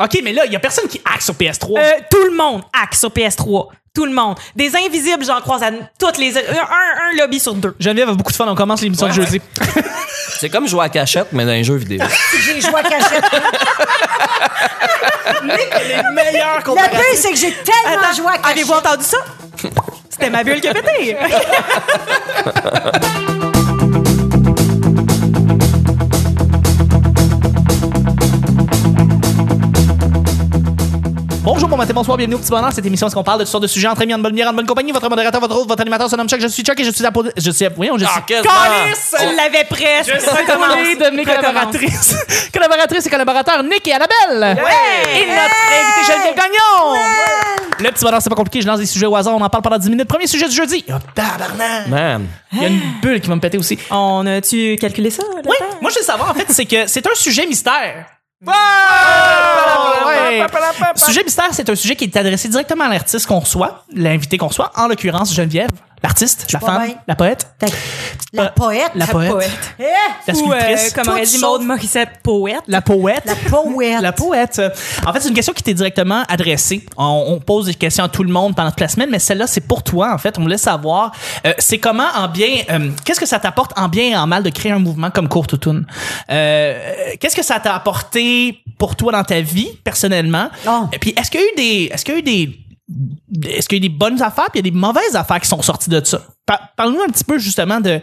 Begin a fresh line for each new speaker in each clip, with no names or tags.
OK, mais là, il y a personne qui hack sur PS3.
Euh, tout le monde hack sur PS3. Tout le monde. Des invisibles, j'en croise à toutes les. Un, un lobby sur deux.
Geneviève a beaucoup de fun. On commence l'émission
Ouais,
de jeudi.
C'est comme jouer à cachette, mais dans un jeu vidéo.
J'ai joué à cachette.
Meilleur
Le pire, c'est que j'ai tellement
Attends,
joué à cachette.
Avez-vous entendu ça? C'était ma bulle qui a pété.
Bonjour, bon matin, bonsoir, bienvenue au Petit Bonheur. Cette émission, c'est qu'on parle de toutes sortes de sujets entre amis, en bonne bière, en bonne compagnie. Votre modérateur, votre hôte, votre animateur, son nom Chuck. Je suis Chuck et je suis... appo- Je suis... Oui, je suis...
Ah, qu'est-ce
Calice, je l'avais presque.
Je suis
Recommence.
étonné de mes
Recommence.
collaboratrices. collaboratrices et collaborateurs Nick et Annabelle.
Ouais.
Et notre invité, Geneviève Gagnon. Le petit bonheur, c'est pas compliqué. Je lance des sujets au hasard. On en parle pendant 10 minutes. Premier sujet du jeudi. Oh, tabarnak.
Man.
Il y a une bulle qui va me péter aussi.
On a-tu calculé ça? le
Oui,
temps?
moi, je veux savoir, en fait, c'est que c'est un sujet mystère. Ouais. Sujet mystère, c'est un sujet qui est adressé directement à l'artiste qu'on reçoit, l'invité qu'on reçoit, en l'occurrence Geneviève, l'artiste, la
pas
femme,
bien.
la poète, Euh,
T'as- La poète.
la poète,
poète.
Eh,
la
Ou, euh,
sculptrice,
comme aurait
Toute
dit
sauf-
Maud Morissette, poète.
la poète,
La poète.
La poète. En fait, c'est une question qui t'est directement adressée. On, on pose des questions à tout le monde pendant toute la semaine, mais celle-là, c'est pour toi, en fait. On voulait savoir, euh, c'est comment en bien, euh, qu'est-ce que ça t'apporte en bien et en mal de créer un mouvement comme Court Toutoun? Euh, qu'est-ce que ça t'a apporté pour toi dans ta vie, personnellement?
Oh.
Et puis, est-ce qu'il y a eu des, est-ce qu'il y a eu des, est-ce qu'il y a eu des bonnes affaires puis il y a des mauvaises affaires qui sont sorties de ça? Par- Parle-nous un petit peu, justement, de,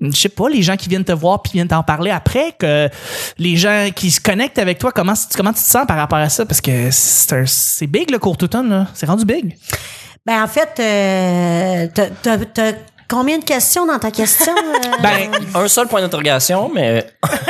je sais pas, les gens qui viennent te voir puis viennent t'en parler après, que les gens qui se connectent avec toi, comment, comment tu te sens par rapport à ça? Parce que c'est un- c'est big le court automne, là. C'est rendu big.
Ben, en fait, euh, t'as- t'as- t'as combien de questions dans ta question? euh?
Ben,
Un seul point d'interrogation, mais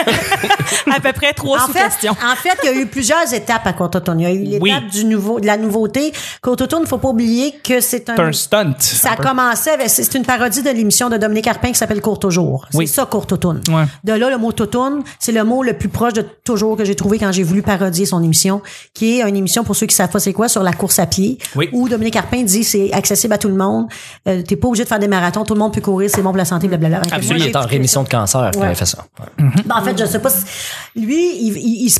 À peu près trois
En fait,
sous-questions.
en fait, il y a eu plusieurs étapes à Courtoton. Il y a eu l'étape
Oui.
du nouveau, de la nouveauté. Courtoton, il faut pas oublier que c'est un,
c'est un stunt.
ça a commencé avec, c'est c'est une parodie de l'émission de Dominique Carpin qui s'appelle Court toujours. C'est
Oui.
ça, Court Toutoune.
Ouais.
De là, le mot Toutoune, c'est le mot le plus proche de toujours que j'ai trouvé quand j'ai voulu parodier son émission, qui est une émission, pour ceux qui savent pas c'est quoi, sur la course à pied.
Oui.
Où Dominique Carpin dit c'est accessible à tout le monde. Euh, T'es pas obligé de faire des marathons. Tout le monde peut courir. C'est bon pour la santé, blablabla. Fait que moi,
lui, il
j'ai
est en
écouté ça.
rémission de cancer quand
Ouais.
il fait ça. Ouais.
Ben, en fait, je sais pas. si- Lui, il, il- il se-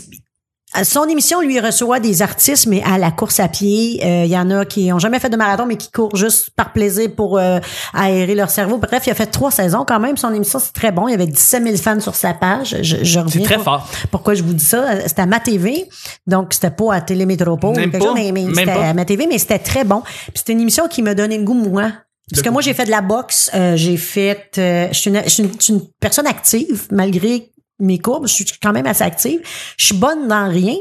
à son émission, lui, il reçoit des artistes, mais à la course à pied. Euh, Il y en a qui ont jamais fait de marathon, mais qui courent juste par plaisir pour euh, aérer leur cerveau. Bref, il a fait trois saisons quand même. Son émission, c'est très bon. Il y avait 17 000 fans sur sa page. Je, je reviens
très
pour-
fort.
Pourquoi je vous dis ça? C'était à ma TV. Donc, c'était pas à Télémétropole. ou
Même
quelque
pas.
chose, mais, mais
Même
c'était
pas.
à ma TV, mais c'était très bon. Puis c'était une émission qui me donnait le goût, moi. Parce que moi, j'ai fait de la boxe, euh, j'ai fait... euh, je, suis une, je suis une- je suis une personne active, malgré mes courbes. Je suis quand même assez active. Je suis bonne dans rien,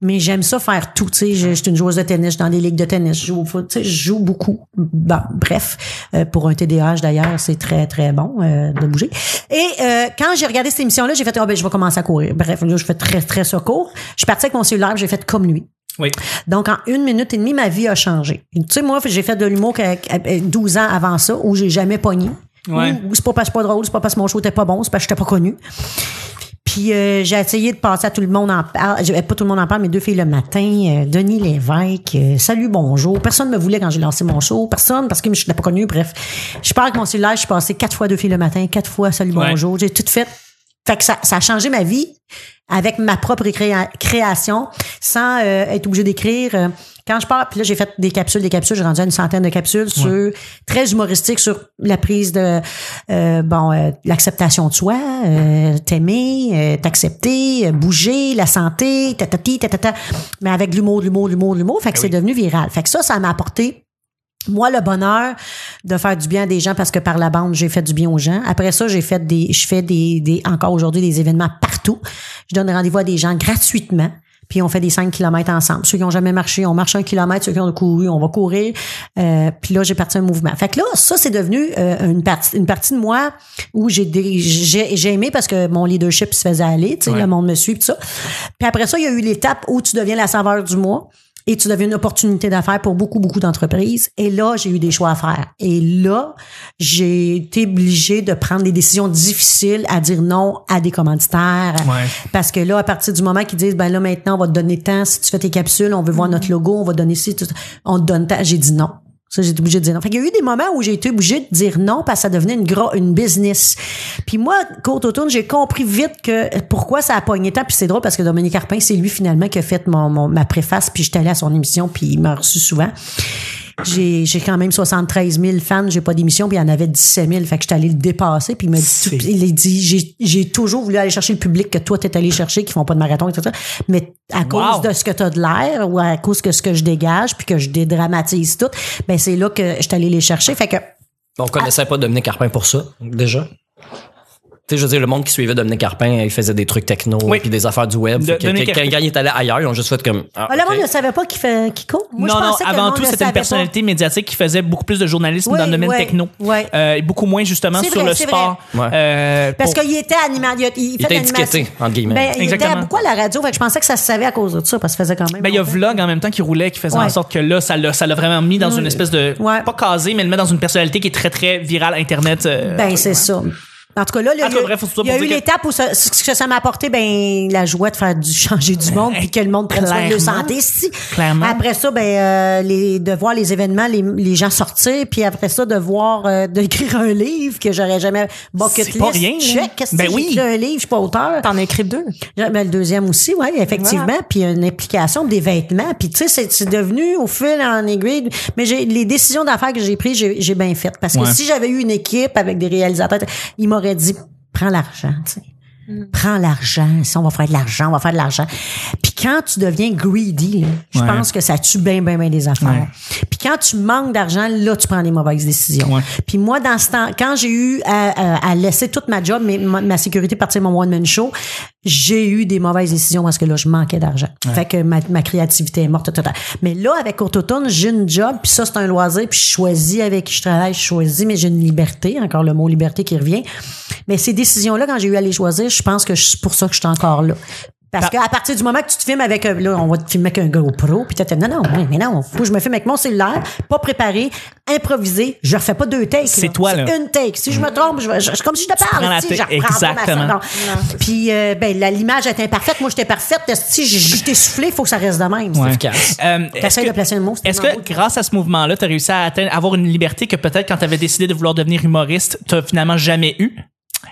mais j'aime ça faire tout. Tu sais, je, je suis une joueuse de tennis, je suis dans des ligues de tennis, je joue au foot, tu sais, je joue beaucoup. Bon, bref, euh, pour un TDAH, d'ailleurs, c'est très, très bon euh, de bouger. Et euh, quand j'ai regardé cette émission-là, j'ai fait, oh, ben, je vais commencer à courir. Bref, là, je fais très, très secours. Je suis partie avec mon cellulaire, j'ai fait comme lui.
Oui.
Donc, en une minute et demie, ma vie a changé. Tu sais, moi, j'ai fait de l'humour qu'à- qu'à- 12 ans avant ça, où j'ai jamais pogné.
Ouais.
Où- où c'est pas parce que c'est pas drôle, c'est pas parce que mon show était pas bon, c'est parce que j'étais pas connu. Puis euh, j'ai essayé de passer à tout le monde en parle. J'avais pas tout le monde en parle, mais deux filles le matin, euh, Denis Lévesque, euh, salut, bonjour. Personne me voulait quand j'ai lancé mon show. Personne, parce que je l'ai pas connu, bref. Je parle avec mon cellulaire, je suis passée quatre fois deux filles le matin, quatre fois salut,
Ouais.
bonjour. J'ai tout fait. Fait que ça, ça a changé ma vie avec ma propre créa- création, sans euh, être obligé d'écrire. euh, quand je parle, puis là, j'ai fait des capsules, des capsules, j'ai rendu à une centaine de capsules sur très humoristiques sur la prise de euh, bon euh, l'acceptation de soi, euh, t'aimer, euh, t'accepter, euh, bouger, la santé, tatati, tatata, mais avec de l'humour, de l'humour, de l'humour, de l'humour, fait que c'est devenu viral. Fait que ça, ça m'a apporté moi, le bonheur de faire du bien à des gens parce que par la bande, j'ai fait du bien aux gens. Après ça, j'ai fait des, je fais des, des encore aujourd'hui des événements partout. Je donne rendez-vous à des gens gratuitement. Puis on fait des 5 km ensemble. Ceux qui ont jamais marché, on marche un kilomètre. Ceux qui ont couru, on va courir. Euh, puis là, j'ai parti un mouvement. Fait que là, ça, c'est devenu euh, une partie une partie de moi où j'ai des- j'ai j'ai aimé parce que mon leadership se faisait aller. Tu sais, Le monde me suit, puis ça. Puis après ça, il y a eu l'étape où tu deviens la saveur du mois et tu deviens une opportunité d'affaires pour beaucoup, beaucoup d'entreprises. Et là, j'ai eu des choix à faire. Et là, j'ai été obligée de prendre des décisions difficiles à dire non à des commanditaires.
Ouais.
Parce que là, à partir du moment qu'ils disent, ben là, maintenant, on va te donner tant, si tu fais tes capsules, on veut voir notre logo, on va te donner ci, tout ça. on te donne tant. J'ai dit non. Ça, j'ai été obligée de dire non. Fait qu'il y a eu des moments où j'ai été obligée de dire non parce que ça devenait une gros, une business. Puis moi, court automne, j'ai compris vite que pourquoi ça a pogné tant. Puis c'est drôle parce que Dominique Carpin, c'est lui finalement qui a fait mon, mon- ma préface. Puis j'étais allée à son émission, puis il m'a reçu souvent. J'ai j'ai quand même 73 000 fans, j'ai pas d'émission, puis il y en avait 17 000. Fait que j'étais allée le dépasser, puis il m'a dit,
C'est-
tout- il a dit, j'ai- j'ai toujours voulu aller chercher le public que toi t'es allé chercher, qui font pas de marathon, etc. Mais à cause de ce que t'as de l'air ou à cause de ce que je dégage, puis que je dédramatise tout, ben c'est là que je suis allée les chercher. Fait que
On connaissait pas Dominique Carpin pour ça, déjà. Tu sais, je veux dire, le monde qui suivait Dominique Carpin, il faisait des trucs techno,
Oui.
puis des affaires du web.
De-
Fait que
Dominique
quand,
Carpin.
quand il est allé ailleurs, ils ont juste fait comme. ah,
Ah, le
ok.
monde ne savait pas qui fait qui court. Moi, je
non, non,
pensais que le
avant
monde
tout,
le
c'était
savait
une
pas.
personnalité médiatique qui faisait beaucoup plus de journalisme
Oui,
dans le domaine
oui,
techno.
oui.
Euh, et beaucoup moins, justement,
C'est
sur
vrai,
le
c'est
sport.
vrai. Ouais.
Euh,
Parce
pour-
qu'il était animal, il, a- il fait
était
de l'animation.
étiqueté, entre guillemets.
Ben, il était
Exactement.
à beaucoup à la radio, fait que je pensais que ça se savait à cause de ça, parce que ça faisait quand même.
ben, il y a
longtemps.
Vlog en même temps qui roulait, qui faisait en
Ouais. Mm.
sorte que là, ça l'a, ça l'a vraiment mis dans une espèce de.
Ouais.
Pas casé, mais le met dans une personnalité qui est très, très virale Internet. euh,
Ben, c'est ça. En tout cas, là, là,
En tout cas,
il y a-
bref, faut tout ça
il y a
pour
eu
dire que-
l'étape où ça, ce que ça m'a apporté, ben, la joie de faire du changer du monde puis que le monde prenne soin de leur
clairement.
santé. si.
Clairement.
Après ça, ben, euh, les, de voir les événements, les, les gens sortir, puis après ça, de voir, euh, d'écrire un livre que j'aurais jamais bucket
C'est pas
list,
rien, là.
Check, qu'est-ce
Ben
que
oui.
oui. un livre, je suis pas auteur.
T'en as écrit deux.
Ben, le deuxième aussi, oui, effectivement.
Voilà.
Puis une implication des vêtements. Puis tu sais, c'est- c'est devenu au fil en aiguille. Mais j'ai les décisions d'affaires que j'ai prises, j'ai j'ai bien faites. Parce que
Ouais.
si j'avais eu une équipe avec des réalisateurs, ils m'auraient dit prends l'argent, tu sais.
Mm.
Prends l'argent, si on va faire de l'argent, on va faire de l'argent. Puis quand tu deviens greedy, là, je
Ouais.
pense que ça tue bien, bien, bien des affaires. Puis quand tu manques d'argent, là, tu prends des mauvaises décisions.
Ouais.
Puis moi, dans ce temps, quand j'ai eu à, à- à laisser toute ma job, mais ma, ma sécurité partir de mon one-man show, j'ai eu des mauvaises décisions parce que là, je manquais d'argent. Fait que ma, ma créativité est morte totale. Mais là, avec Court Automne, j'ai une job, puis ça, c'est un loisir, puis je choisis avec qui je travaille, je choisis, mais j'ai une liberté, encore le mot liberté qui revient. Mais ces décisions-là, quand j'ai eu à les choisir, je pense que c'est pour ça que je suis encore là. Parce qu'à partir du moment que tu te filmes avec un, là, on va te filmer avec un GoPro, puis t'as t'as- non, non, oui, mais non, faut que je me filme avec mon cellulaire, pas préparé, improvisé, je refais pas deux takes.
C'est toi, là.
C'est une take. Si je me trompe, je, vais- je- je- comme si je te parle,
prends la
tu sais, je
take.
reprends pas ma-
Exactement.
non. Puis, euh, ben, la- l'image est imparfaite, moi, j'étais parfaite, si j'étais soufflé, faut que ça reste de même.
ouais.
efficace.
Euh, est-ce
T'essayes
que-
de placer le mot, c'est
Est-ce
tellement
que grâce à ce mouvement-là, tu as réussi à atteindre, avoir une liberté que peut-être quand tu avais décidé de vouloir devenir humoriste, tu finalement jamais eu?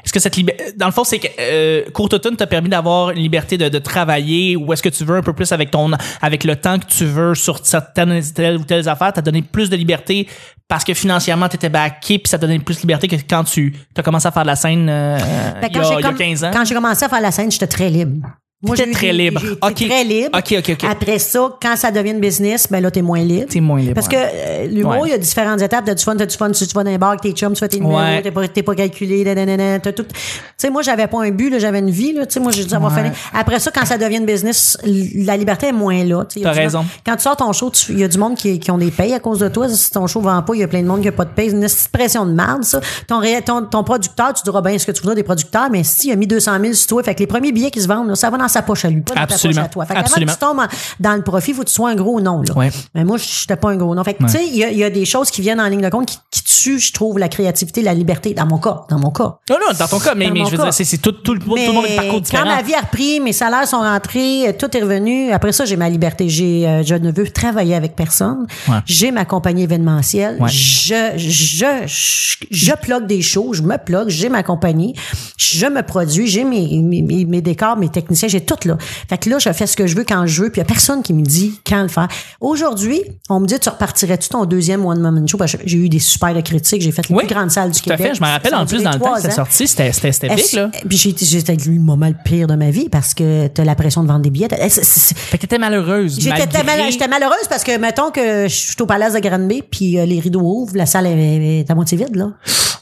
Est-ce que cette liberté. Dans le fond, c'est que euh, Court Automne t'a permis d'avoir une liberté de, de travailler ou est-ce que tu veux un peu plus avec ton avec le temps que tu veux sur certaines telles ou telles affaires, t'as donné plus de liberté parce que financièrement t'étais backé puis ça t'a donné plus de liberté que quand tu as commencé à faire de la scène euh,
Fait que
il, y a,
j'ai
il y a
com-
15 ans.
Ben, Quand j'ai commencé à faire la scène, j'étais très libre. Moi,
T'étais
j'ai eu
très
des-
libre.
j'ai été
Ok.
Très libre.
Ok, ok, ok.
Après ça, quand ça devient une business, ben là, t'es moins libre.
T'es moins libre,
Parce que
ouais.
euh, l'humour,
Ouais.
il y a différentes étapes. T'as du fun, t'as du fun. Si tu vas dans un bar avec tes chums, tu fais tes numéros,
Ouais.
t'es pas, t'es pas calculé, nanana, t'as tout. Tu sais, moi, j'avais pas un but, là, j'avais une vie, là. Tu sais, moi, j'ai dû avoir
Ouais.
fini. Après ça, quand ça devient une business, l- la liberté est moins là. Tu sais, il y a
T'as
du
raison.
monde- Quand tu sors ton show, tu- il y a du monde qui, qui ont des payes à cause de toi. Si ton show vend pas, il y a plein de monde qui a pas de paye. C'est une petite pression de merde, ça. Ton, ré- ton, ton producteur, tu diras bien ce que tu voudras des producteurs, mais s'il a mis 200 000 sur toi, fait que les premiers billets qui se vendent, là, ça va dans sa poche à lui, pas dans
Absolument.
ta poche à toi. Fait que avant
Absolument.
que tu tombes en- dans le profit, faut que tu sois un gros nom, là.
Ouais.
Mais moi, j'étais pas un gros nom. Fait que, tu sais, il y a, il y a des choses qui viennent en ligne de compte qui, qui tuent, je trouve, la créativité, la liberté, dans mon cas, dans mon cas.
Non, non, dans ton cas, mais,
Dans
mais
mon
je veux
cas.
dire, c'est c'est tout, tout, le- tout le monde a un parcours différent.
quand ma vie a repris, mes salaires sont rentrés, euh, tout est revenu. Après ça, j'ai ma liberté. J'ai, euh, je ne veux travailler avec personne.
Ouais.
J'ai ma compagnie événementielle.
Ouais.
Je, je, je, je plug des shows, je me plug, j'ai ma compagnie, je me produis, j'ai mes, mes, mes- mes décors, mes techniciens, j'ai tout là. Fait que là, je fais ce que je veux quand je veux, puis il y a personne qui me dit quand le faire. Aujourd'hui, on me dit, tu repartirais-tu ton deuxième One Moment Show? Parce que j'ai eu des super critiques, j'ai fait les
Oui.
plus grandes salles du
Tout à
Québec.
fait, je me rappelle
Ça a
en plus
duré
dans le temps que
trois
c'est
ans.
sorti, c'était c'était- c'était big,
Est-ce-
là.
Puis j'ai été- j'étais le moment le pire de ma vie parce que t'as la pression de vendre des billets. Eh, c'est- c'est-
Fait que t'étais malheureuse.
J'étais
malgré-
mal- j'étais malheureuse parce que, mettons que je suis au Palace de Granby, puis euh, les rideaux ouvrent, la salle est, est à moitié vide, là.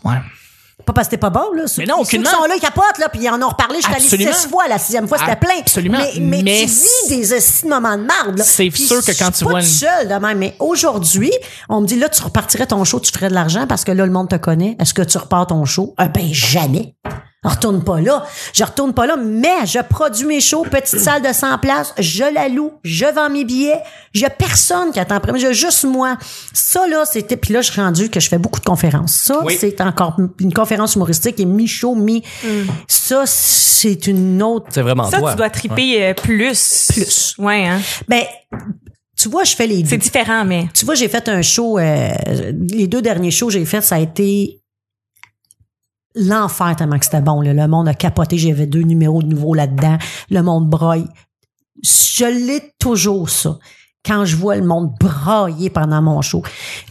Ouais.
Pas parce que t'es pas bon, là. Ceux-
Mais non,
ceux qui
aucunement.
sont là, ils capotent, là, puis ils en ont reparlé. Je suis allée
Absolument.
six fois, la sixième fois, c'était plein.
Absolument.
Mais, mais,
Mais
tu vis des hosties de moments de marde, là.
C'est
Puis
sûr que quand
je suis
tu
pas
vois une-
toute seule de même, mais aujourd'hui, on me dit, là, tu repartirais ton show, tu ferais de l'argent parce que là, le monde te connaît. Est-ce que tu repars ton show? Ah, ben, jamais. Je retourne pas là. Je retourne pas là, mais je produis mes shows, petite salle de 100 places, je la loue, je vends mes billets, j'ai personne qui attend après moi, j'ai juste moi. Ça, là, c'était, puis là, je suis rendue que je fais beaucoup de conférences. Ça,
Oui. Mm.
c'est encore une conférence humoristique et mi-show, mi. Ça, c'est une autre
Ah,
C'est vraiment
Ça,
toi.
tu dois triper euh, plus. Plus. Ouais, hein.
ben, tu tu vois, je fais les
C'est différent, mais.
Tu vois, j'ai fait un show, euh, les deux derniers shows que j'ai fait, ça a été l'enfer tellement que c'était bon. là. Le monde a capoté, j'avais deux numéros de nouveau là-dedans. Le monde broille. Je l'ai toujours, ça. Quand je vois le monde brailler pendant mon show,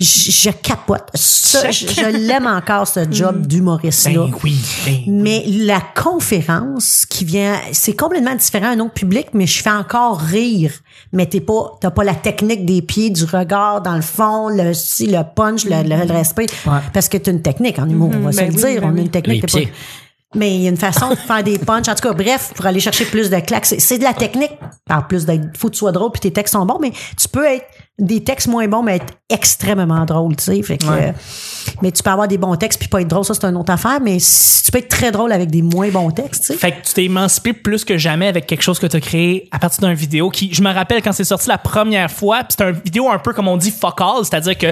je, je capote. Ça, je, je l'aime encore, ce job d'humoriste-là.
Ben oui, ben oui.
Mais la conférence qui vient, c'est complètement différent à un autre public, mais je fais encore rire. Mais t'es pas, t'as pas la technique des pieds, du regard dans le fond, le si, le punch, le, le- le respect. Parce que t'as une technique en humour, on va se
Mhm. ben
le
oui,
dire.
ben
on a
oui.
une technique.
Les
t'es pas-
pieds.
mais il y a une façon de faire des punchs. En tout cas, bref, pour aller chercher plus de claques. C'est, c'est de la technique. En plus d'être, faut que tu sois drôle puis tes textes sont bons, mais tu peux être des textes moins bons, mais être extrêmement drôle, tu sais. Fait que,
Ouais.
euh, mais tu peux avoir des bons textes puis pas être drôle, ça c'est une autre affaire, mais si tu peux être très drôle avec des moins bons textes, tu sais.
Fait que tu t'es émancipé plus que jamais avec quelque chose que tu as créé à partir d'une vidéo qui, je me rappelle quand c'est sorti la première fois, puis c'est une vidéo un peu comme on dit fuck all, c'est-à-dire que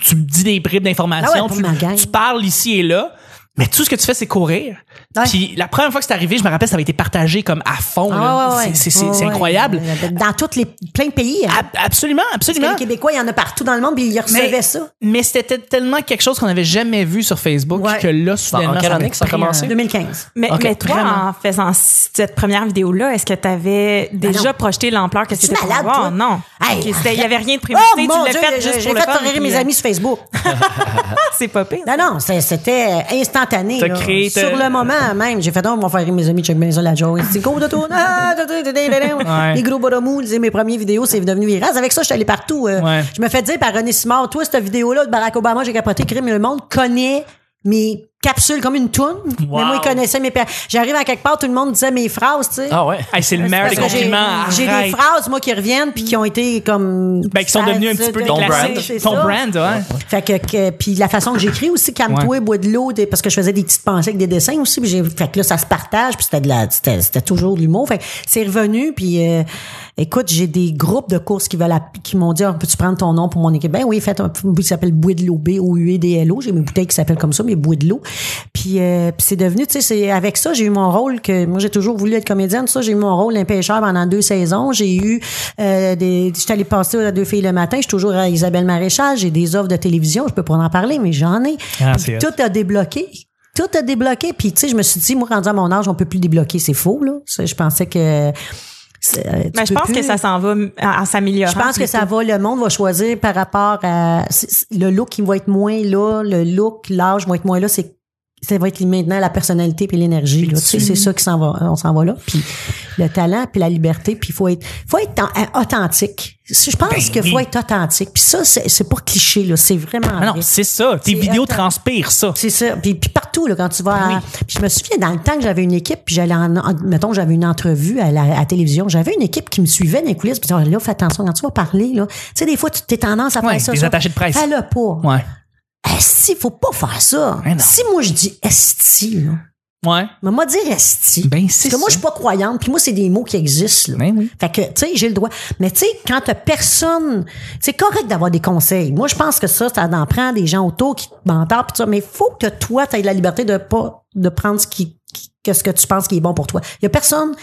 tu dis des bribes
Ah
d'informations,
ouais, pour
tu-
ma gang.
tu, parles ici et là. Mais tout ce que tu fais, c'est courir.
Ouais.
Puis la première fois que c'est arrivé, je me rappelle, ça avait été partagé comme à fond. là.
Ah ouais, ouais.
C'est- c'est c'est-
Ouais,
c'est
ouais.
incroyable.
Dans toutes les, plein de pays. hein.
Ab- Absolument,
Parce que
absolument.
les Québécois, il y en a partout dans le monde puis ils recevaient ça.
mais c'était tellement quelque chose qu'on n'avait jamais vu sur Facebook
Ouais.
que là, soudainement,
En quelle
ça
année
avait
que ça a
pris un-
commencé?
2015.
Mais,
Ok,
mais toi,
vraiment.
en faisant cette première vidéo-là, est-ce que tu avais déjà
Ben non.
projeté l'ampleur que
Es-tu
c'était pour
malade,
avoir?
toi?
Non.
Hey,
Ok, c'était- Il n'y avait rien de
Oh
prémédité. tu
mon
l'as
Dieu,
fait
j'ai-
juste
j'ai
pour le
fait
fun,
rire
puis,
mes
euh,
amis sur Facebook.
C'est pas pire.
Non, non, c'est- c'était euh, instantané.
T'as
là.
créé, t'as-
Sur le moment même, j'ai fait, oh, on va faire rire mes amis, check bien ça, la joie. C'est go de tourner. ah, da, da, da, da, da, da.
Ouais.
Les gros boromous, les- mes premières vidéos, c'est devenu viral. Avec ça, je suis allée partout. euh,
Ouais.
Je me fais dire par René Simard, toi, cette vidéo-là de Barack Obama, j'ai capoté, crime, le monde connaît mes capsules comme une toune. Mais moi, ils connaissaient mes... pa- J'arrive à quelque part, tout le monde disait mes phrases, tu sais.
Ah ouais.
Hey, c'est le meilleur
Parce
des
que j'ai-
compliments.
J'ai
Arrête.
des phrases, moi, qui reviennent, puis qui ont été comme...
Ben, qui sont devenus un petit peu des
Ton brand.
classiques.
C'est
Ton
ça.
brand, ouais.
Fait que, que- puis la façon que j'écris aussi, calme-toi,
Ouais.
bois de l'eau, des- parce que je faisais des petites pensées avec des dessins aussi, puis j'ai, fait que là, ça se partage, puis c'était de la, c'était, c'était toujours de l'humour. Fait que c'est revenu, puis euh, écoute, j'ai des groupes de courses qui veulent, app- qui m'ont dit, Ah, peux-tu prendre ton nom pour mon équipe? Ben oui, faites un bout qui s'appelle Bois de l'eau, B-O-U-E-D-L-O. J'ai mes bouteilles qui s'appellent comme ça, mais Bois de l'eau. Puis, euh, puis c'est devenu, tu sais, c'est, avec ça, j'ai eu mon rôle que, moi, j'ai toujours voulu être comédienne, ça, j'ai eu mon rôle d'impêcheur pendant deux saisons. J'ai eu, euh, des, j'étais allée passer à deux filles le matin, je suis toujours à Isabelle Maréchal, j'ai des offres de télévision, je peux pas en parler, mais j'en ai.
Ah,
Puis
c'est
tout a débloqué. Tout a débloqué. Puis, tu sais, je me suis dit, moi, rendu à mon âge, on peut plus débloquer. C'est faux, là. Ça, Je pensais que. c'est- euh, tu
Mais ben, je
peux
pense
plus.
que ça s'en va m- en en s'améliorant.
Je pense que ça va, le monde va choisir par rapport à c'est- c'est- le look qui va être moins là, le look, l'âge va être moins là, c'est ça va être maintenant la personnalité puis l'énergie là, tu sais, c'est ça qui s'en va on s'en va là puis le talent puis la liberté puis faut être faut être en- authentique je pense
Ben
qu'il faut
oui.
être authentique puis ça c'est c'est pas cliché là c'est vraiment
Ah non,
vrai.
c'est ça. Tes
C'est-
vidéos
attends.
transpirent ça.
C'est ça. Puis, puis partout, là, quand tu vas. à- Puis je me souviens, dans le temps que j'avais une équipe, puis j'allais en, en- Mettons, j'avais une entrevue à la, à la télévision. J'avais une équipe qui me suivait dans les coulisses. Puis disait, là, fais attention quand tu vas parler, là. Tu sais, des fois, tu t'es tendance à faire
Ouais,
ça.
des
ça.
attachés de presse.
Fais-le pas.
Ouais.
Esti, faut pas faire ça.
Ouais, non.
Si moi, je dis esti, là.
Ouais.
Mais moi, dire esti.
Ben, c'est
Parce que moi, je
ça.
suis pas croyante. Puis moi, c'est des mots qui existent, là.
Ben oui.
Fait que, tu sais, j'ai le droit. Mais tu sais, quand t'as personne, c'est correct d'avoir des conseils. Moi, je pense que ça, ça en prend des gens autour qui te mentorent pis tout ça. Mais faut que toi, t'aies la liberté de pas, de prendre ce qui, qui- que ce que tu penses qui est bon pour toi. Il y a personne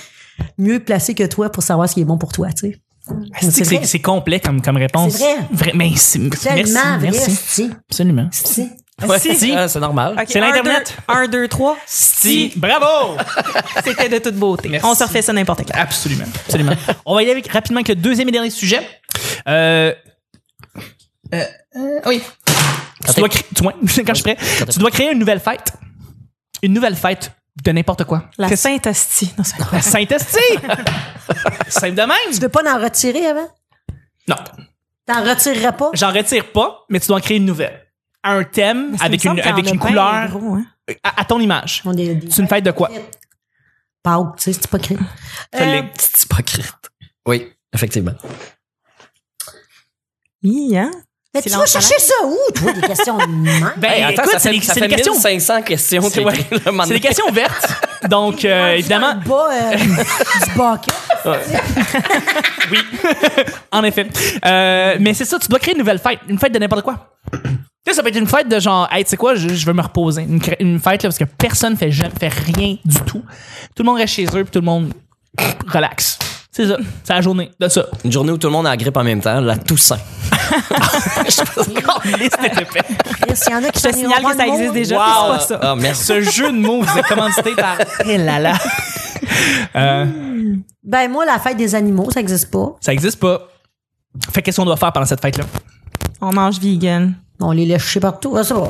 mieux placé que toi pour savoir ce qui est bon pour toi, tu sais.
Ben, C'est-
c'est vrai.
C'est c'est complet comme, comme réponse.
C'est
Vrai. Mais c'est- merci,
Tellement vrai,
merci.
si,
Absolument.
si.
Ouais,
Si.
si. Ah, c'est normal.
Ok,
C'est
un,
l'Internet.
deux- Un, deux, trois.
Si. Bravo!
C'était de toute beauté.
Merci.
On se refait ça n'importe quand.
Absolument. Absolument. On va y aller avec- rapidement avec le deuxième et dernier sujet. Euh, euh, euh, oui. Tu dois, cré- tu- ouais, quand je suis prêt. tu dois créer une nouvelle fête. Une nouvelle fête de n'importe quoi.
La
Qu'est-ce-
sainte hostie. Non, c'est pas vrai.
La Saint-Esti! Simple de
Tu
même.
veux pas en retirer avant?
Non.
T'en retirerais pas?
J'en retire pas, mais tu dois en créer une nouvelle. Un thème
Ça me
avec
semble
une,
qu'il y en
avec
a
une
bien
couleur
gros, hein.
à, à ton image.
On est des
C'est une fête de quoi?
Pâques, tu sais, c'est pas créé.
Ah. Euh,
C'est Petite hypocrite. Oui, effectivement.
Oui, hein?
Mais
C'est
tu vas chercher ça où, toi, des questions de même?
Ben,
Hey, attends,
écoute,
ça
c'est
fait,
des,
ça
c'est
fait
des questions,
1500 questions.
C'est-
t'es
ouais.
écrit là,
c'est des
maintenant.
questions vertes. Donc, euh, évidemment,
Dans le bas, euh, du banquet.
en effet. Euh, mais c'est ça, tu dois créer une nouvelle fête. Une fête de n'importe quoi. Tu sais, ça peut être une fête de genre, hey, tu sais quoi, je, je veux me reposer. Une, cré- une fête, là, parce que personne fait, jamais- fait rien du tout. Tout le monde reste chez eux, puis tout le monde relax. Tu C'est ça. C'est la journée de ça.
Une journée où tout le monde a la grippe en même temps, la Toussaint.
Oh,
S'il y en a qui
Je te
sont
signale
ignorants
que ça
de mots,
existe déjà,
Wow.
puis c'est pas ça.
Ah, merci.
Ce jeu de mots, vous êtes commandité par. Eh là là. Euh,
Ben, moi, la fête des animaux, ça existe pas.
ça existe pas. Fait qu'est-ce qu'on doit faire pendant cette fête-là?
On mange vegan.
On les laisse chez partout. Ah, ça va.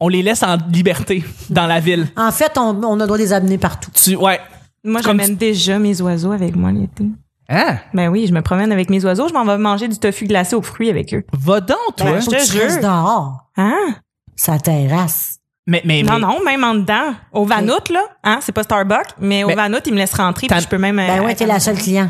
On les laisse en liberté dans la ville.
En fait, on, on a le droit de les amener partout.
Tu. Ouais.
Moi,
Comme
j'emmène déjà mes oiseaux avec moi l'été.
Hein?
Ben oui, je me promène avec mes oiseaux. Je m'en vais manger du tofu glacé aux fruits avec eux.
Va donc, toi.
Faut que tu
Ben, jure.
restes dehors.
Hein?
Ça terrasse.
Mais, mais,
Non,
mais-
non, même en dedans. Au Vanout, là. Hein? C'est pas Starbucks, mais au
Mais-
Vanout, ils me laissent rentrer.
T'as-
Puis je peux même. euh,
Ben ouais, t'es la seule client.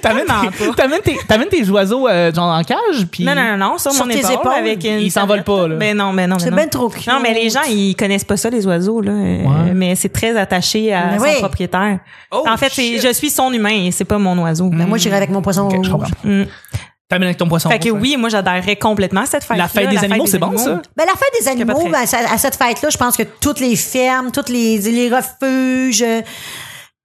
T'amènes tes, t'amènes tes, t'amènes tes oiseaux, euh, genre en cage, puis.
Non, non, non, non, sur,
Sur
mon
tes
épaule,
épaules,
avec une
ils s'envolent pas, là.
Ben non, ben non, ben
C'est
non.
bien trop cute.
Non, mais les gens, ils connaissent pas ça, les oiseaux, là. Euh,
Ouais.
Mais c'est très attaché à
Mais
son
oui.
propriétaire.
Oh,
en fait, c'est-
shit.
je suis son humain et c'est pas mon oiseau.
Ben moi,
Hmm.
j'irai avec mon poisson
Ok, je
rouge.
comprends.
Mm.
T'amènes avec ton poisson.
Fait que
rouge,
oui, moi, j'adhérerais complètement à cette fête
La fête des animaux, c'est bon, ça?
Ben, la fête des animaux,
Patrick.
ben, ça- à cette fête-là, je pense que toutes les fermes, toutes les, les refuges, euh,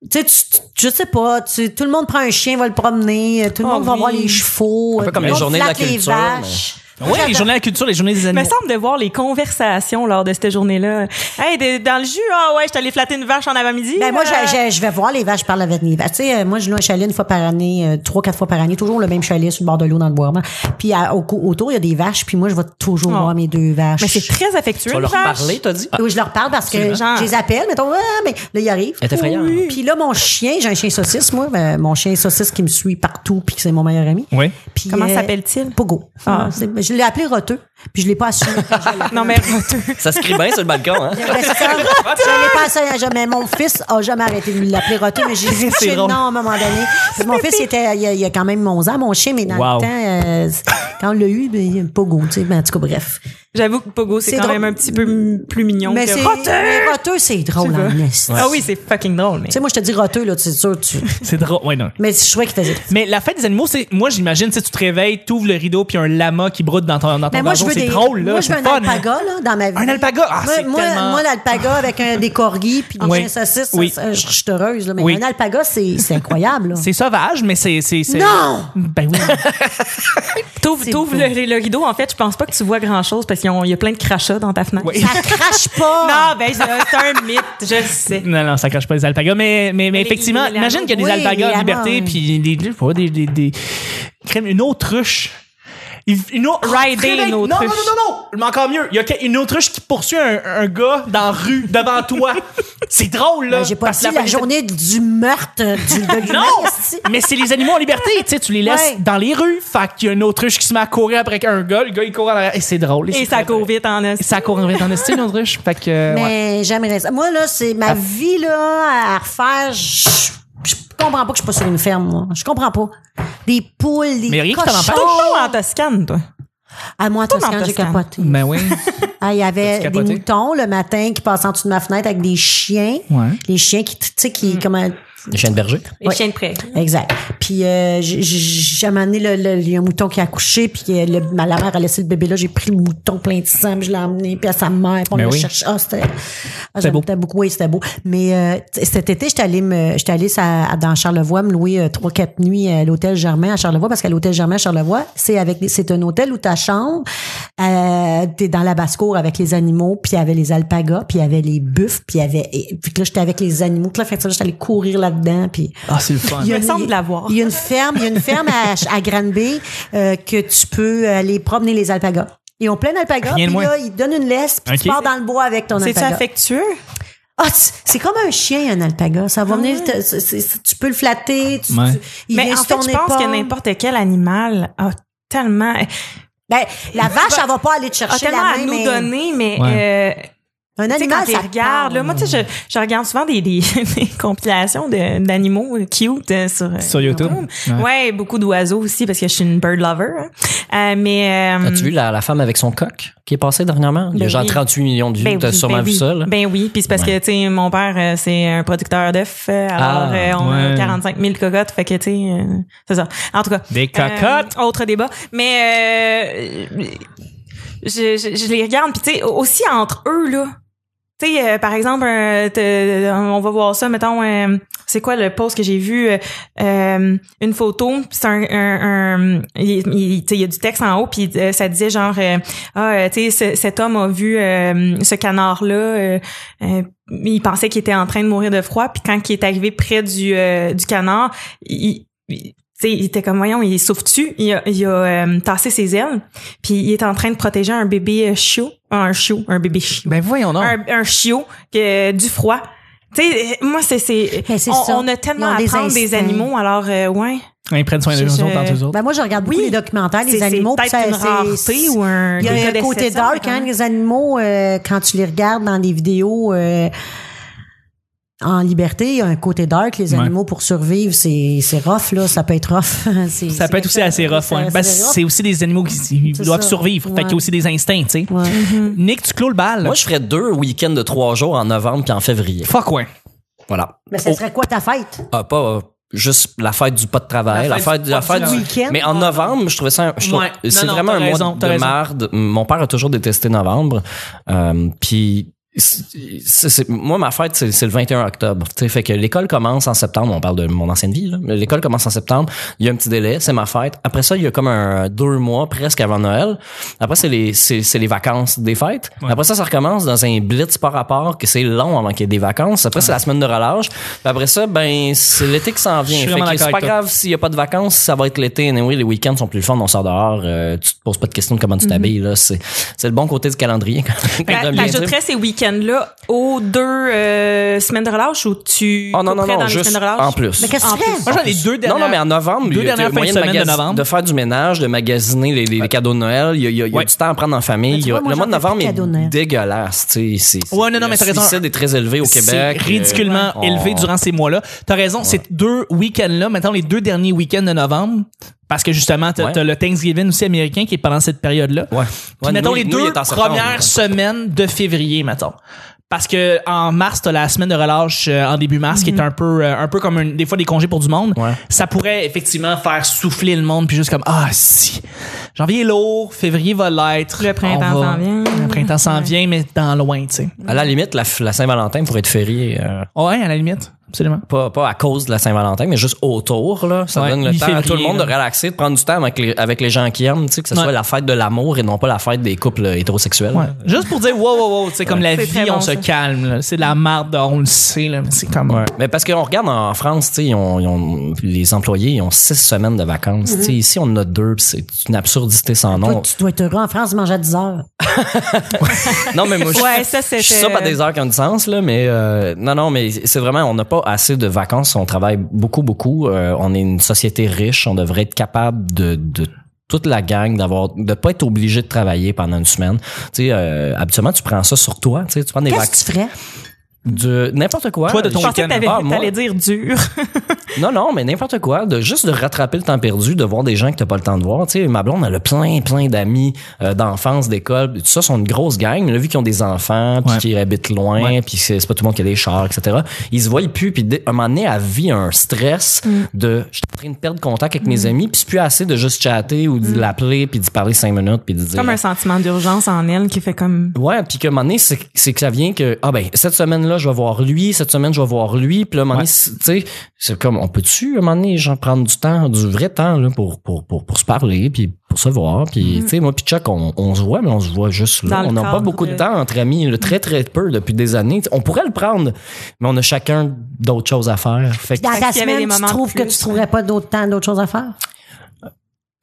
tu sais, tu- tu- je sais pas, tu- tout le monde prend un chien, va le promener, euh, tout le
Oh
monde va
oui.
voir les chevaux,
Un peu
euh,
comme
tout
les
le monde
journées de la
flatte les
culture, Ben
vaches.
Ouais, Ouais, les journées de la culture, les journées des
Il me
animaux.
semble de voir les conversations lors de cette journée-là. Hey, de- dans le jus, ah ouais, je t'allais flatter une vache en avant-midi.
Ben moi,
euh,
je, je- je vais voir les vaches, je parle avec les vaches. Tu sais, euh, moi, je loue un chalet une fois par année, euh, trois, quatre fois par année, toujours le même chalet sur le bord de l'eau dans le bois. Puis à- au cou- autour, il y a des vaches, puis moi, je vais toujours
Oh.
voir mes deux vaches.
Mais c'est très affectueux.
Tu vas
une
leur
vache.
parler, t'as dit?
Oui, je leur parle parce que
Absolument.
je les appelle, mettons, ah, mais là, ils arrivent.
Elle est effrayante.
Oui. Puis là, mon chien, j'ai un chien saucisse, moi, ben, mon chien saucisse qui me suit partout, puis que c'est mon meilleur ami.
Oui.
Puis, euh,
Comment s'appelle-t-il?
Pogo.
Ah.
C'est- Je l'ai appelé Roteux, puis je l'ai pas assumé. quand je l'ai appelé.
Non, mais roteux.
Ça se crie bien sur le balcon, hein?
Ben, c'est ça. Je l'ai pas assumé jamais. Mon fils a jamais arrêté de l'appeler Roteux, mais j'ai dit
C'est
j'ai dit
drôle.
non à un moment donné. Puis mon fils, il, était, il, y a, il y a quand même 11 ans, mon chien, mais dans
Wow.
le temps, euh, c'est- quand on l'a eu, ben, il est Pogo, tu sais, ben, en tout cas, bref.
J'avoue que Pogo, c'est
C'est
quand
drôle.
même un petit peu m- plus mignon
Mais
que
c'est
roteux.
mais Roteux, c'est drôle,
Tu
en
vois.
esti.
Ah oui, c'est fucking drôle, mais.
Tu sais, moi, je te dis roteux, là, c'est sûr, tu.
C'est drôle. Ouais, non.
Mais je trouvais qu'il faisait.
Mais la fête des animaux, c'est. Moi, j'imagine, tu sais, tu te réveilles, tu ouvres le rideau, puis un lama qui broute dans ton, dans ton
Mais moi, je
donjon.
veux
C'est
des.
drôle, là.
moi, je
c'est
veux un
fun.
alpaga, là, dans ma vie.
Un alpaga? Ah,
moi,
c'est
moi,
tellement-
moi, l'alpaga avec un, des corgis puis des
Oui.
chiens saucisses, ça,
Oui.
ça, je je suis heureuse, là. Mais
Oui.
un alpaga, c'est c'est incroyable, là.
C'est sauvage, mais c'est. c'est- c'est-
Non!
Ben oui.
T'ouvres t'ouvres
beau.
le, le rideau, en fait, je pense pas que tu vois grand-chose parce qu'il y a plein de crachats dans ta fenêtre.
Oui.
Ça crache pas!
Non, ben, je- c'est un mythe, je le sais.
Non, non, ça crache pas les alpagas. Mais, mais, mais
les-
effectivement,
les
imagine qu'il y a des
oui,
alpagas
les
en
lamas,
liberté,
oui.
puis des, je sais pas, des, des, des- crème, une autruche. Une, une au- Oh,
Rider
Crème,
une
non,
autruche.
Non, non, non, non, mais encore mieux. Il y a que- une autruche qui poursuit un, un gars dans la rue, devant toi. C'est drôle, là.
Ben, J'ai pas
parce que
dit la
fête-
journée du meurtre euh, du de l'humain, esti.
Non! Mais c'est les animaux en liberté, tu sais, tu les laisses
Ouais.
dans les rues. Fait qu'il y a une autruche qui se met à courir après un gars, le gars il court en arrière. Et c'est drôle.
Et
c'est
ça
très-
court vite en os.
Et ça court en arrière. T'en as une autruche? Fait que. euh, ouais.
Mais j'aimerais ça. Moi, là, c'est
Ah.
ma vie, là, à refaire. Je je comprends pas que je suis pas sur une ferme, moi. Je comprends pas. Des poules, des
Mais rien qui t'en empêche.
cochons.
Tout le temps en Toscane, toi.
À moi, en
en
Toscane, j'ai
Toscane.
capoté.
Ben oui.
Ah, il y avait
T'as-tu
des
capoté?
moutons le matin qui passaient en dessous de ma fenêtre avec des chiens.
Ouais. Mm.
Les chiens qui, tu sais, qui, comment.
Les chiens de berger.
Les
Ouais.
chiens de près.
Mhm.
Exact. Puis, euh, j'ai- j'ai j'ai amené le, le- il y a un mouton qui a accouché, puis euh, le- ma la mère a laissé le bébé là. J'ai pris le mouton plein de sang, puis je l'ai emmené, puis à sa mère, puis on
Mais
l'a
oui.
cherché. Ah, c'était. Ah,
C'était beau.
j'aime beaucoup. Oui, c'était beau. Mais euh, t- cet été, j'étais allée, me, j'étais allée ça- dans Charlevoix me louer euh, trois, quatre nuits à l'hôtel Germain à Charlevoix, parce qu'à l'hôtel Germain à Charlevoix, c'est avec des- c'est un hôtel où ta chambre, euh, t'es dans la basse-cour avec les animaux, puis il y avait les alpagas, puis il y avait les buffles, puis il y avait. et- puis que là, j'étais avec les animaux. Puis là, fait que ça, j'étais allée courir là-dedans, puis.
Ah, c'est le fun.
Il y a
me
une-
semble l'avoir.
Il y a une ferme, il y a une ferme à, à Granby euh, que tu peux aller promener les alpagas. Ils ont plein d'alpagas,
Rien
puis
de moins.
là, ils te donnent une laisse, puis tu
Ok.
pars dans le bois avec ton
C'est-tu
alpaga.
affectueux?
Ah, c'est c'est comme un chien, un alpaga. Ça va venir, te- c'est- c'est- tu peux le flatter, tu,
Ouais.
tu- il
Ah Mais
vient
en
sur
fait,
ton
je pense
épaule.
que n'importe quel animal a tellement,
Ben, la vache, elle va pas aller te
a
chercher
Ah, tellement
la
à
main,
nous
mais
donner, mais euh,
un
Tu sais, quand
animal,
tu
ça
regardes, là, moi, tu sais, je, je regarde souvent des, des, des compilations de- d'animaux cute euh, sur, euh,
Sur YouTube.
Ouais.
Ouais.
beaucoup d'oiseaux aussi parce que je suis une bird lover. hein. Euh, mais euh,
As-tu vu la, la femme avec son coq qui est passée dernièrement? Il y a
Ben
genre
oui.
38 millions de vues.
ben
T'as
oui,
sûrement
ben
vu
oui.
ça, là?
Ben oui, puis c'est parce que tu sais, mon père euh, c'est un producteur d'œufs, euh, alors
Ah,
euh, on a
ouais.
45 000 cocottes, fait que tu sais, euh, c'est ça. En tout cas,
Des cocottes.
euh, autre débat, mais euh, je, je, je les regarde, puis tu sais, aussi entre eux là. Tu sais, euh, par exemple, un- te- on va voir ça, mettons, euh, c'est quoi le post que j'ai vu? euh, euh, une photo, puis c'est un... un, un- il, il- tu sais, il y a du texte en haut, puis euh, ça disait genre, euh, ah, euh, tu sais, ce- cet homme a vu euh, ce canard-là, euh, euh, il pensait qu'il était en train de mourir de froid, puis quand il est arrivé près du, euh, du canard, il... il- tu sais, il était comme, voyons, il souffle dessus, il a, il a euh, tassé ses ailes, puis il est en train de protéger un bébé euh, chiot, un chiot, un bébé chiot
Ben voyons donc.
un, un chiot que euh, du froid. Tu sais, euh, moi c'est c'est
Mais c'est
on,
ça.
on a tellement
Ils ont
à
des
apprendre des
instincts.
animaux alors euh, ouais.
Ils prennent soin
Je-
des
je-
autres entre eux autres.
Ben, moi, je regarde beaucoup
Oui.
les documentaires, les
C'est-
animaux. puis
C'est peut-être une
ça, c'est-
rareté ou un
Il y
des
a
cas
un côté
d'exception,
dark,
mais
hein,
quand même.
les animaux, euh, quand tu les regardes dans des vidéos euh, en liberté, il y a un côté dark, les
Ouais.
animaux pour survivre, c'est c'est rough, là, ça peut être rough. C'est-
Ça
c'est
peut être aussi assez rough.
c'est
ouais.
assez
Ben,
rough.
c'est aussi des animaux qui ils
C'est
doivent
ça.
survivre. Fait
Ouais.
qu'il y a aussi des instincts, tu sais.
Ouais.
Nick, tu clôt le bal.
Moi, je ferais deux week-ends de trois jours en novembre puis en février.
Fuck ouais.
Voilà. Oh.
Mais ça serait quoi ta fête?
Ah, pas euh, juste la fête du pas de travail,
La
la
fête
fête,
du
la
pas de
fête du.
week-end.
Mais en novembre, je trouvais ça. un- je trouve-
Ouais.
C'est
Non, non,
vraiment
t'as
un
raison,
mois
t'as
de
raison.
merde. Mon père a toujours détesté novembre. Euh, Puis. c'est- c'est- moi, ma fête, c'est c'est le 21 octobre. Tu sais, fait que l'école commence en septembre. On parle de mon ancienne vie. là. L'école commence en septembre. Il y a un petit délai. C'est ma fête. Après ça, il y a comme un deux mois presque avant Noël. Après, c'est les, c'est c'est les vacances des fêtes. Après ça, ça recommence dans un blitz par rapport que c'est long avant qu'il y ait des vacances. Après, c'est la semaine de relâche. Puis après ça, ben, c'est l'été qui s'en vient.
Je suis
Fait
vraiment
que
d'accord
C'est pas
avec toi.
grave s'il y a pas de vacances, ça va être l'été. Anyway, les week-ends sont plus le fun. On sort dehors. euh, tu te poses pas de questions de comment tu t'habilles. là. C'est c'est le bon côté du calendrier. quand
Ben, T'a-
même.
T'ajouterais ces week-ends-là aux deux euh, semaines de relâche ou tu
Oh non, non,
couperais
non,
dans les
juste
semaines de relâche?
en plus.
Mais qu'est-ce
En
que tu
plus.
fais?
Moi, j'en ai deux
Non,
dernières.
non, mais en novembre,
Deux
il y a
dernières
t- moyen
fins de semaine de
magasi-
novembre.
de faire du ménage, de magasiner les, les- les cadeaux de Noël. Il y a, il y a- il y a
Ouais.
du temps à prendre en famille.
Mais tu
Il y a-
vois, moi,
le mois de
j'en fais plus de
novembre
cadeaux de
est
Noël.
dégueulasse. tu sais, c'est-
Ouais, non, non, mais t'as
Le
raison.
suicide est très élevé au Québec.
C'est ridiculement
Euh,
élevé
on-
durant ces mois-là. T'as raison, ces deux week-ends-là, maintenant les deux derniers week-ends de novembre, parce que justement, t'as
Ouais.
t'as le Thanksgiving aussi américain qui est pendant cette période-là.
Ouais.
Puis
Ouais,
mettons
nous,
les
nous, il
deux
est en septembre.
premières semaines de février, mettons. Parce que en mars, t'as la semaine de relâche euh, en début mars, qui
Mhm.
est un peu, euh, un peu comme une- des fois des congés pour du monde.
Ouais.
Ça pourrait effectivement faire souffler le monde, puis juste comme ah si, janvier est lourd, février va l'être.
Le printemps
On va-
s'en vient.
Le printemps s'en vient, mais dans loin, tu sais. Ah
À la limite, la, f- la Saint-Valentin pourrait être fériée. euh,
Ouais, à la limite, absolument.
pas, pas à cause de la Saint-Valentin, mais juste autour. Là. Ça
Ouais,
donne le temps à
mi-février,
tout le monde
là.
de relaxer, de prendre du temps avec les, avec les gens qui aiment, tu sais, que ce
Ouais.
soit la fête de l'amour et non pas la fête des couples euh, hétérosexuels.
Ouais. Juste pour dire, wow, wow, wow, c'est comme la
C'est
vie,
très bon,
on se
ça.
calme. là. C'est de la merde, on le sait, là, mais c'est comme.
Ouais. Mais parce qu'on regarde en France, tu sais, ils ont- ils ont- les employés ils ont six semaines de vacances. Tu sais,
Mm-hmm.
Ici, on en a deux, puis c'est une absurdité sans
Toi,
nom.
tu dois être heureux en France, manger à 10 heures.
non, mais moi, je
Ouais, ça, c'était- euh,
je suis ça par des heures qui ont du sens, là, mais euh, non, non, mais c'est vraiment, on n'a pas assez de vacances. On travaille beaucoup, beaucoup. Euh, on est une société riche. On devrait être capable de... de toute la gang d'avoir de pas être obligé de travailler pendant une semaine tu sais euh, habituellement tu prends ça sur toi tu sais tu prends des
Qu'est-ce que
vacances
tu ferais?
de n'importe quoi
Toi, de ton
Je
J'ai-
pensais que t'avais-
Ah, moi-
t'allais dire dur.
Non, non, mais n'importe quoi. De, juste de rattraper le temps perdu, de voir des gens que t'as pas le temps de voir. Tu sais, ma blonde, elle a plein, plein d'amis euh, d'enfance, d'école. Tout ça, sont une grosse gang. Mais là, vu qu'ils ont des enfants, puis
Ouais.
qu'ils habitent loin, puis c'est c'est pas tout le monde qui a des chars, etc. Ils se voient plus. Puis dès- un moment donné, elle vit un stress
Mm.
de « je suis en train de perdre contact avec mes amis. » Puis c'est plus assez de juste chatter ou de l'appeler, puis d'y parler cinq minutes, puis de dire...
Mm. comme un sentiment d'urgence en elle qui fait comme
Ouais, puis que un moment donné, c'est c'est que ça vient que ah ben cette semaine-là, je vais voir lui, cette semaine, je vais voir lui, puis là, un moment donné, c'est- tu sais, c'est comme on peut-tu à un moment donné, genre prendre du temps, du vrai temps là pour pour pour, pour se parler, puis pour se voir, puis tu sais moi puis Chuck, on, on se voit mais on se voit juste là,
Mm-hmm. Dans le
on n'a pas
cadre
beaucoup de
de-
temps entre amis, là, très très peu depuis des années. On pourrait le prendre, mais on a chacun d'autres choses à faire. Fait que-
Dans
Fait
ta
qu'il y avait des
semaine, tu
moments de
trouves que
plus.
tu trouverais pas d'autres temps, d'autres choses à faire?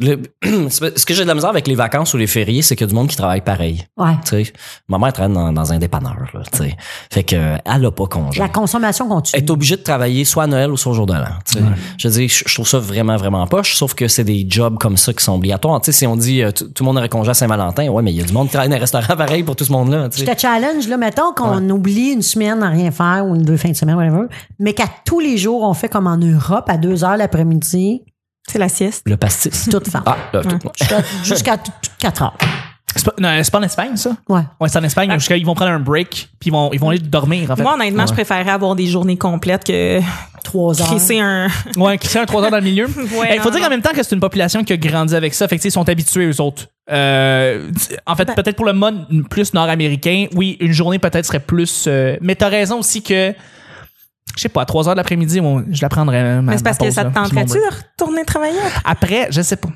le- ce que j'ai de la misère avec les vacances ou les fériés, c'est qu'il y a du monde qui travaille pareil.
Ouais.
Tu sais, ma mère travaille dans, dans un dépanneur, là, tu sais. Fait que, euh, elle a pas congé.
La consommation
Elle
continue.
est obligée de travailler soit à Noël ou soit au jour de l'an. tu sais. Je veux dire, je je trouve ça vraiment, vraiment poche, sauf que c'est des jobs comme ça qui sont obligatoires. Tu sais, si on dit euh, tout tout le monde aurait congé à Saint-Valentin, ouais, mais il y a du monde qui travaille dans un restaurant pareil pour tout ce monde-là. tu
Je
sais.
te challenge, là, mettons qu'on oublie une semaine à rien faire ou une deux fins de semaine, whatever, mais qu'à tous les jours, on fait comme en Europe à deux heures l'après-midi,
c'est la sieste.
Le pastis.
toute femme.
Ah, là, tout-
Jusqu'à- Jusqu'à t- t- quatre heures.
C'est pas, non, c'est pas en Espagne, ça?
Ouais.
Ouais, c'est en Espagne. jusqu'à- ils vont prendre un break, puis ils vont, ils vont aller dormir, en fait.
Ah. Moi honnêtement, je préférais avoir des journées complètes que
Trois heures.
crisser un
Ouais, qui un 3 heures dans le milieu. Il
Ouais,
faut
non,
dire
non.
en même temps que c'est une population qui a grandi avec ça. Fait que, tu sais, ils sont habitués, eux autres, Euh, en fait,
Ben-
peut-être pour le mode plus nord-américain, oui, une journée peut-être serait plus. euh, mais t'as raison aussi que, je sais pas, à 3 heures de l'après-midi, on- je la prendrais. euh, ma-
Mais c'est
ma
parce que
pause,
ça
là,
te
puis mon
tenterait-tu
break.
de retourner travailler?
Après, je sais pas.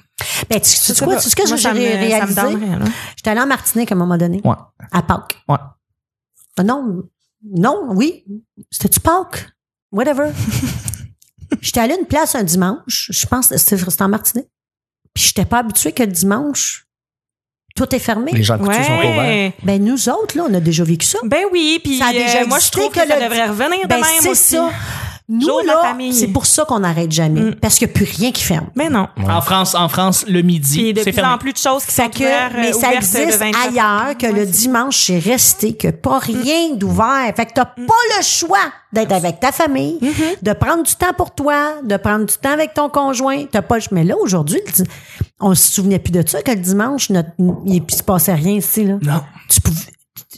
Ben, tu, tu sais
sais
quoi,
pas.
tu sais ce que
Moi,
j'ai
ça me- ça me
réalisé?
donnerait, là.
J'étais allée en Martinique à un moment donné,
Ouais.
à Pâques.
Ouais.
Ah Non, non, oui. C'était-tu Pâques? Whatever. j'étais allée à une place un dimanche. Je pense que c'était c'était en Martinique. Puis j'étais pas habituée que le dimanche, tout est fermé.
Les gens coutus sont pas ouverts.
Ouais.
Ben, nous autres, là, on a déjà vécu ça.
Ben oui, puis
Ça a déjà
euh, moi je
existé
trouve que,
que
ça
le-
devrait revenir de
Ben,
même
c'est
aussi.
ça. Nous,
Jour de la
là,
famille.
c'est pour ça qu'on n'arrête jamais.
Mm.
Parce qu'il n'y a plus rien qui ferme.
Mais Ben non.
Ouais.
En France, en France, le midi,
Puis de
c'est
plus
fermé.
en plus de choses qui sont
Fait
ouvertes,
que, mais
euh,
ça
ouvertes de
existe
24.
ailleurs que le
Ouais, Mm.
dimanche, c'est resté, que pas rien d'ouvert. Fait que t'as pas le choix d'être avec ta famille,
Mm-hmm.
de prendre du temps pour toi, de prendre du temps avec ton conjoint. T'as pas le choix. Mais là, aujourd'hui, le di- on se souvenait plus de ça, que le dimanche, notre, il, il se passait rien ici, là.
Non.
Tu pouvais-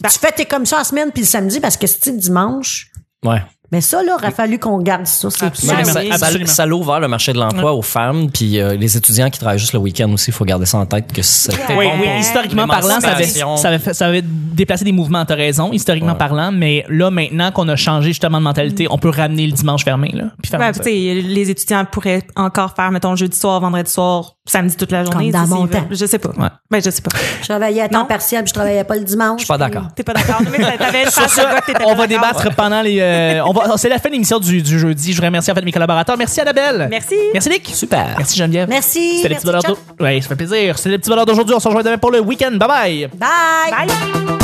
tu fais tes comme ça en semaine puis le samedi parce que c'est dimanche.
Ouais.
Mais ça, là, il
Mm.
aurait fallu qu'on garde ça. C'est
Absolument.
Mais
Ah
ça,
oui.
ça-
Absolument.
ça l'a ouvert le marché de l'emploi aux femmes, puis euh, les étudiants qui travaillent juste le week-end aussi, il faut garder ça en tête que c'était
Oui,
Ouais.
oui,
Ouais.
historiquement parlant, ça avait,
L'émancipation.
ça, avait fait- ça avait déplacé des mouvements, t'as raison, historiquement
Ouais.
parlant, mais là, maintenant qu'on a changé justement de mentalité, on peut ramener le dimanche fermé, là. Puis fermer
Ouais,
ça.
puis tu sais, les étudiants pourraient encore faire, mettons, jeudi soir, vendredi soir, samedi toute la journée.
Comme dans
si-
mon
si-
temps.
Je sais pas.
Ouais.
Ben, je sais pas.
Je travaillais à temps
Non.
partiel, puis je travaillais pas le dimanche.
Je suis pas d'accord.
T'es pas d'accord, mais t'a- t'avais une face de gars que t'étais
On
pas
va
d'accord.
débattre pendant les. euh, on va, c'est la fin de l'émission du, du jeudi. Je voudrais remercier en fait mes collaborateurs. Merci Annabelle.
Merci.
Merci Nick.
Super.
Merci Geneviève.
Merci.
C'était les
merci,
petits bonheurs
Chuck.
d'au- Ouais, ça fait plaisir. C'était les petits bonheurs d'aujourd'hui. On se rejoint demain pour le week-end. Bye bye.
Bye.
Bye.